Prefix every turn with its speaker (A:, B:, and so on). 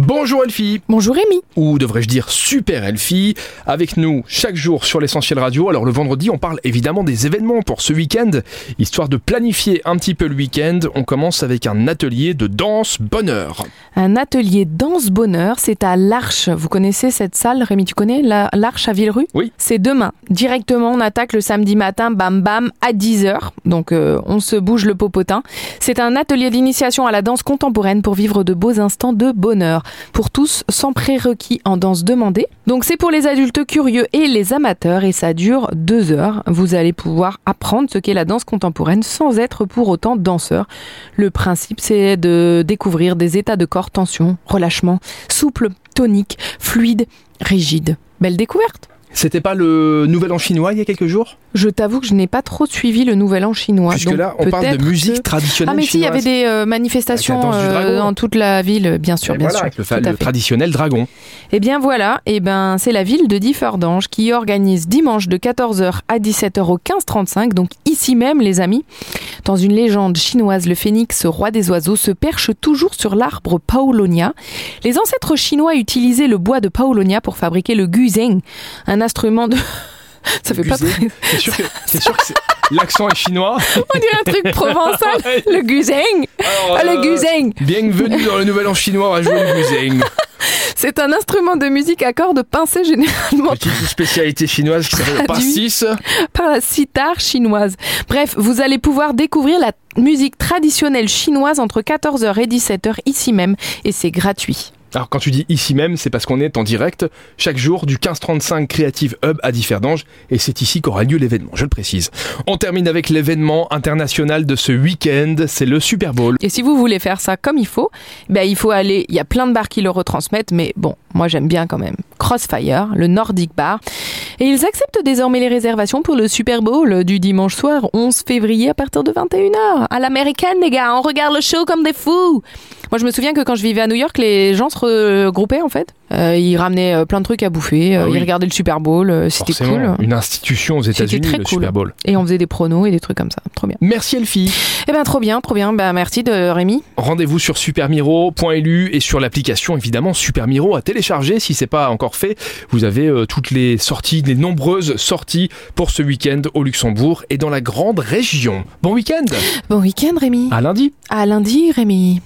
A: Bonjour Elfie,
B: Bonjour Rémi.
A: ou devrais-je dire super Elfie, avec nous chaque jour sur l'essentiel radio. Alors le vendredi, on parle évidemment des événements pour ce week-end, histoire de planifier un petit peu le week-end. On commence avec un atelier de danse bonheur.
B: Un atelier danse bonheur, c'est à l'Arche. Vous connaissez cette salle, Rémi, tu connais la- l'Arche à Villerue
A: Oui.
B: C'est demain. Directement, on attaque le samedi matin, bam bam, à 10h. Donc euh, on se bouge le popotin. C'est un atelier d'initiation à la danse contemporaine pour vivre de beaux instants de bonheur. Pour tous, sans prérequis en danse demandée. Donc c'est pour les adultes curieux et les amateurs et ça dure deux heures. Vous allez pouvoir apprendre ce qu'est la danse contemporaine sans être pour autant danseur. Le principe, c'est de découvrir des états de corps, tension, relâchement, souple, tonique, fluide, rigide. Belle découverte
A: C'était pas le Nouvel An chinois il y a quelques jours
B: Je t'avoue que je n'ai pas trop suivi le Nouvel An chinois.
A: Puisque
B: donc
A: là, on parle
B: peut-être
A: de musique
B: que-
A: traditionnelle
B: Ah mais si, il y avait
A: chinoise.
B: des euh, manifestations
A: danse du dragon.
B: dans toute la ville, bien sûr,
A: Et
B: bien
A: voilà,
B: sûr.
A: avec le, fa-
B: tout à
A: le
B: fait.
A: traditionnel dragon.
B: Eh bien voilà, eh ben, c'est la ville de Differdange qui organise dimanche de 14h à 17h au 15h35, donc ici même les amis. Dans une légende chinoise, le phénix, roi des oiseaux, se perche toujours sur l'arbre Paulonia. Les ancêtres chinois utilisaient le bois de Paulonia pour fabriquer le guzeng, un instrument de... Ça fait pas
A: guzeng
B: très...
A: C'est sûr que, c'est sûr que c'est- l'accent est chinois.
B: On dirait un truc provençal. Le guzeng
A: Alors,
B: Ah,
A: euh,
B: Le guzeng
A: Bienvenue dans le Nouvel An chinois, on va jouer le guzeng.
B: C'est un instrument de musique à cordes pincées généralement
A: Petite spécialité chinoise qui s'appelle le
B: Traduit.
A: pastis.
B: par la sitar chinoise. Bref, vous allez pouvoir découvrir la musique traditionnelle chinoise entre 14h et 17h ici même et c'est gratuit.
A: Alors quand tu dis ici même, c'est parce qu'on est en direct chaque jour du 1535 Creative Hub à Differdange et c'est ici qu'aura lieu l'événement, je le précise. On termine avec l'événement international de ce week-end, c'est le Super Bowl.
B: Et si vous voulez faire ça comme il faut, ben il faut aller, il y a plein de bars qui le retransmettent mais bon, moi j'aime bien quand même Crossfire, le Nordic Bar et ils acceptent désormais les réservations pour le Super Bowl du dimanche soir 11 février à partir de 21h à l'américaine les gars, on regarde le show comme des fous. Moi, je me souviens que quand je vivais à New York, les gens se regroupaient en fait. Euh, ils ramenaient euh, plein de trucs à bouffer, euh,
A: Ah oui.
B: ils regardaient le Super Bowl, euh, c'était
A: Forcément,
B: cool.
A: une institution aux États-Unis,
B: très
A: le
B: cool.
A: Super Bowl.
B: Et on faisait des pronos et des trucs comme ça. Trop bien.
A: Merci Elfie.
B: Eh ben, trop bien, trop bien. Ben, merci de Rémi.
A: Rendez-vous sur supermiro.lu et sur l'application évidemment Supermiro à télécharger si c'est pas encore fait. Vous avez euh, toutes les sorties, les nombreuses sorties pour ce week-end au Luxembourg et dans la grande région. Bon week-end.
B: Bon week-end, Rémi.
A: À lundi.
B: À lundi, Rémi.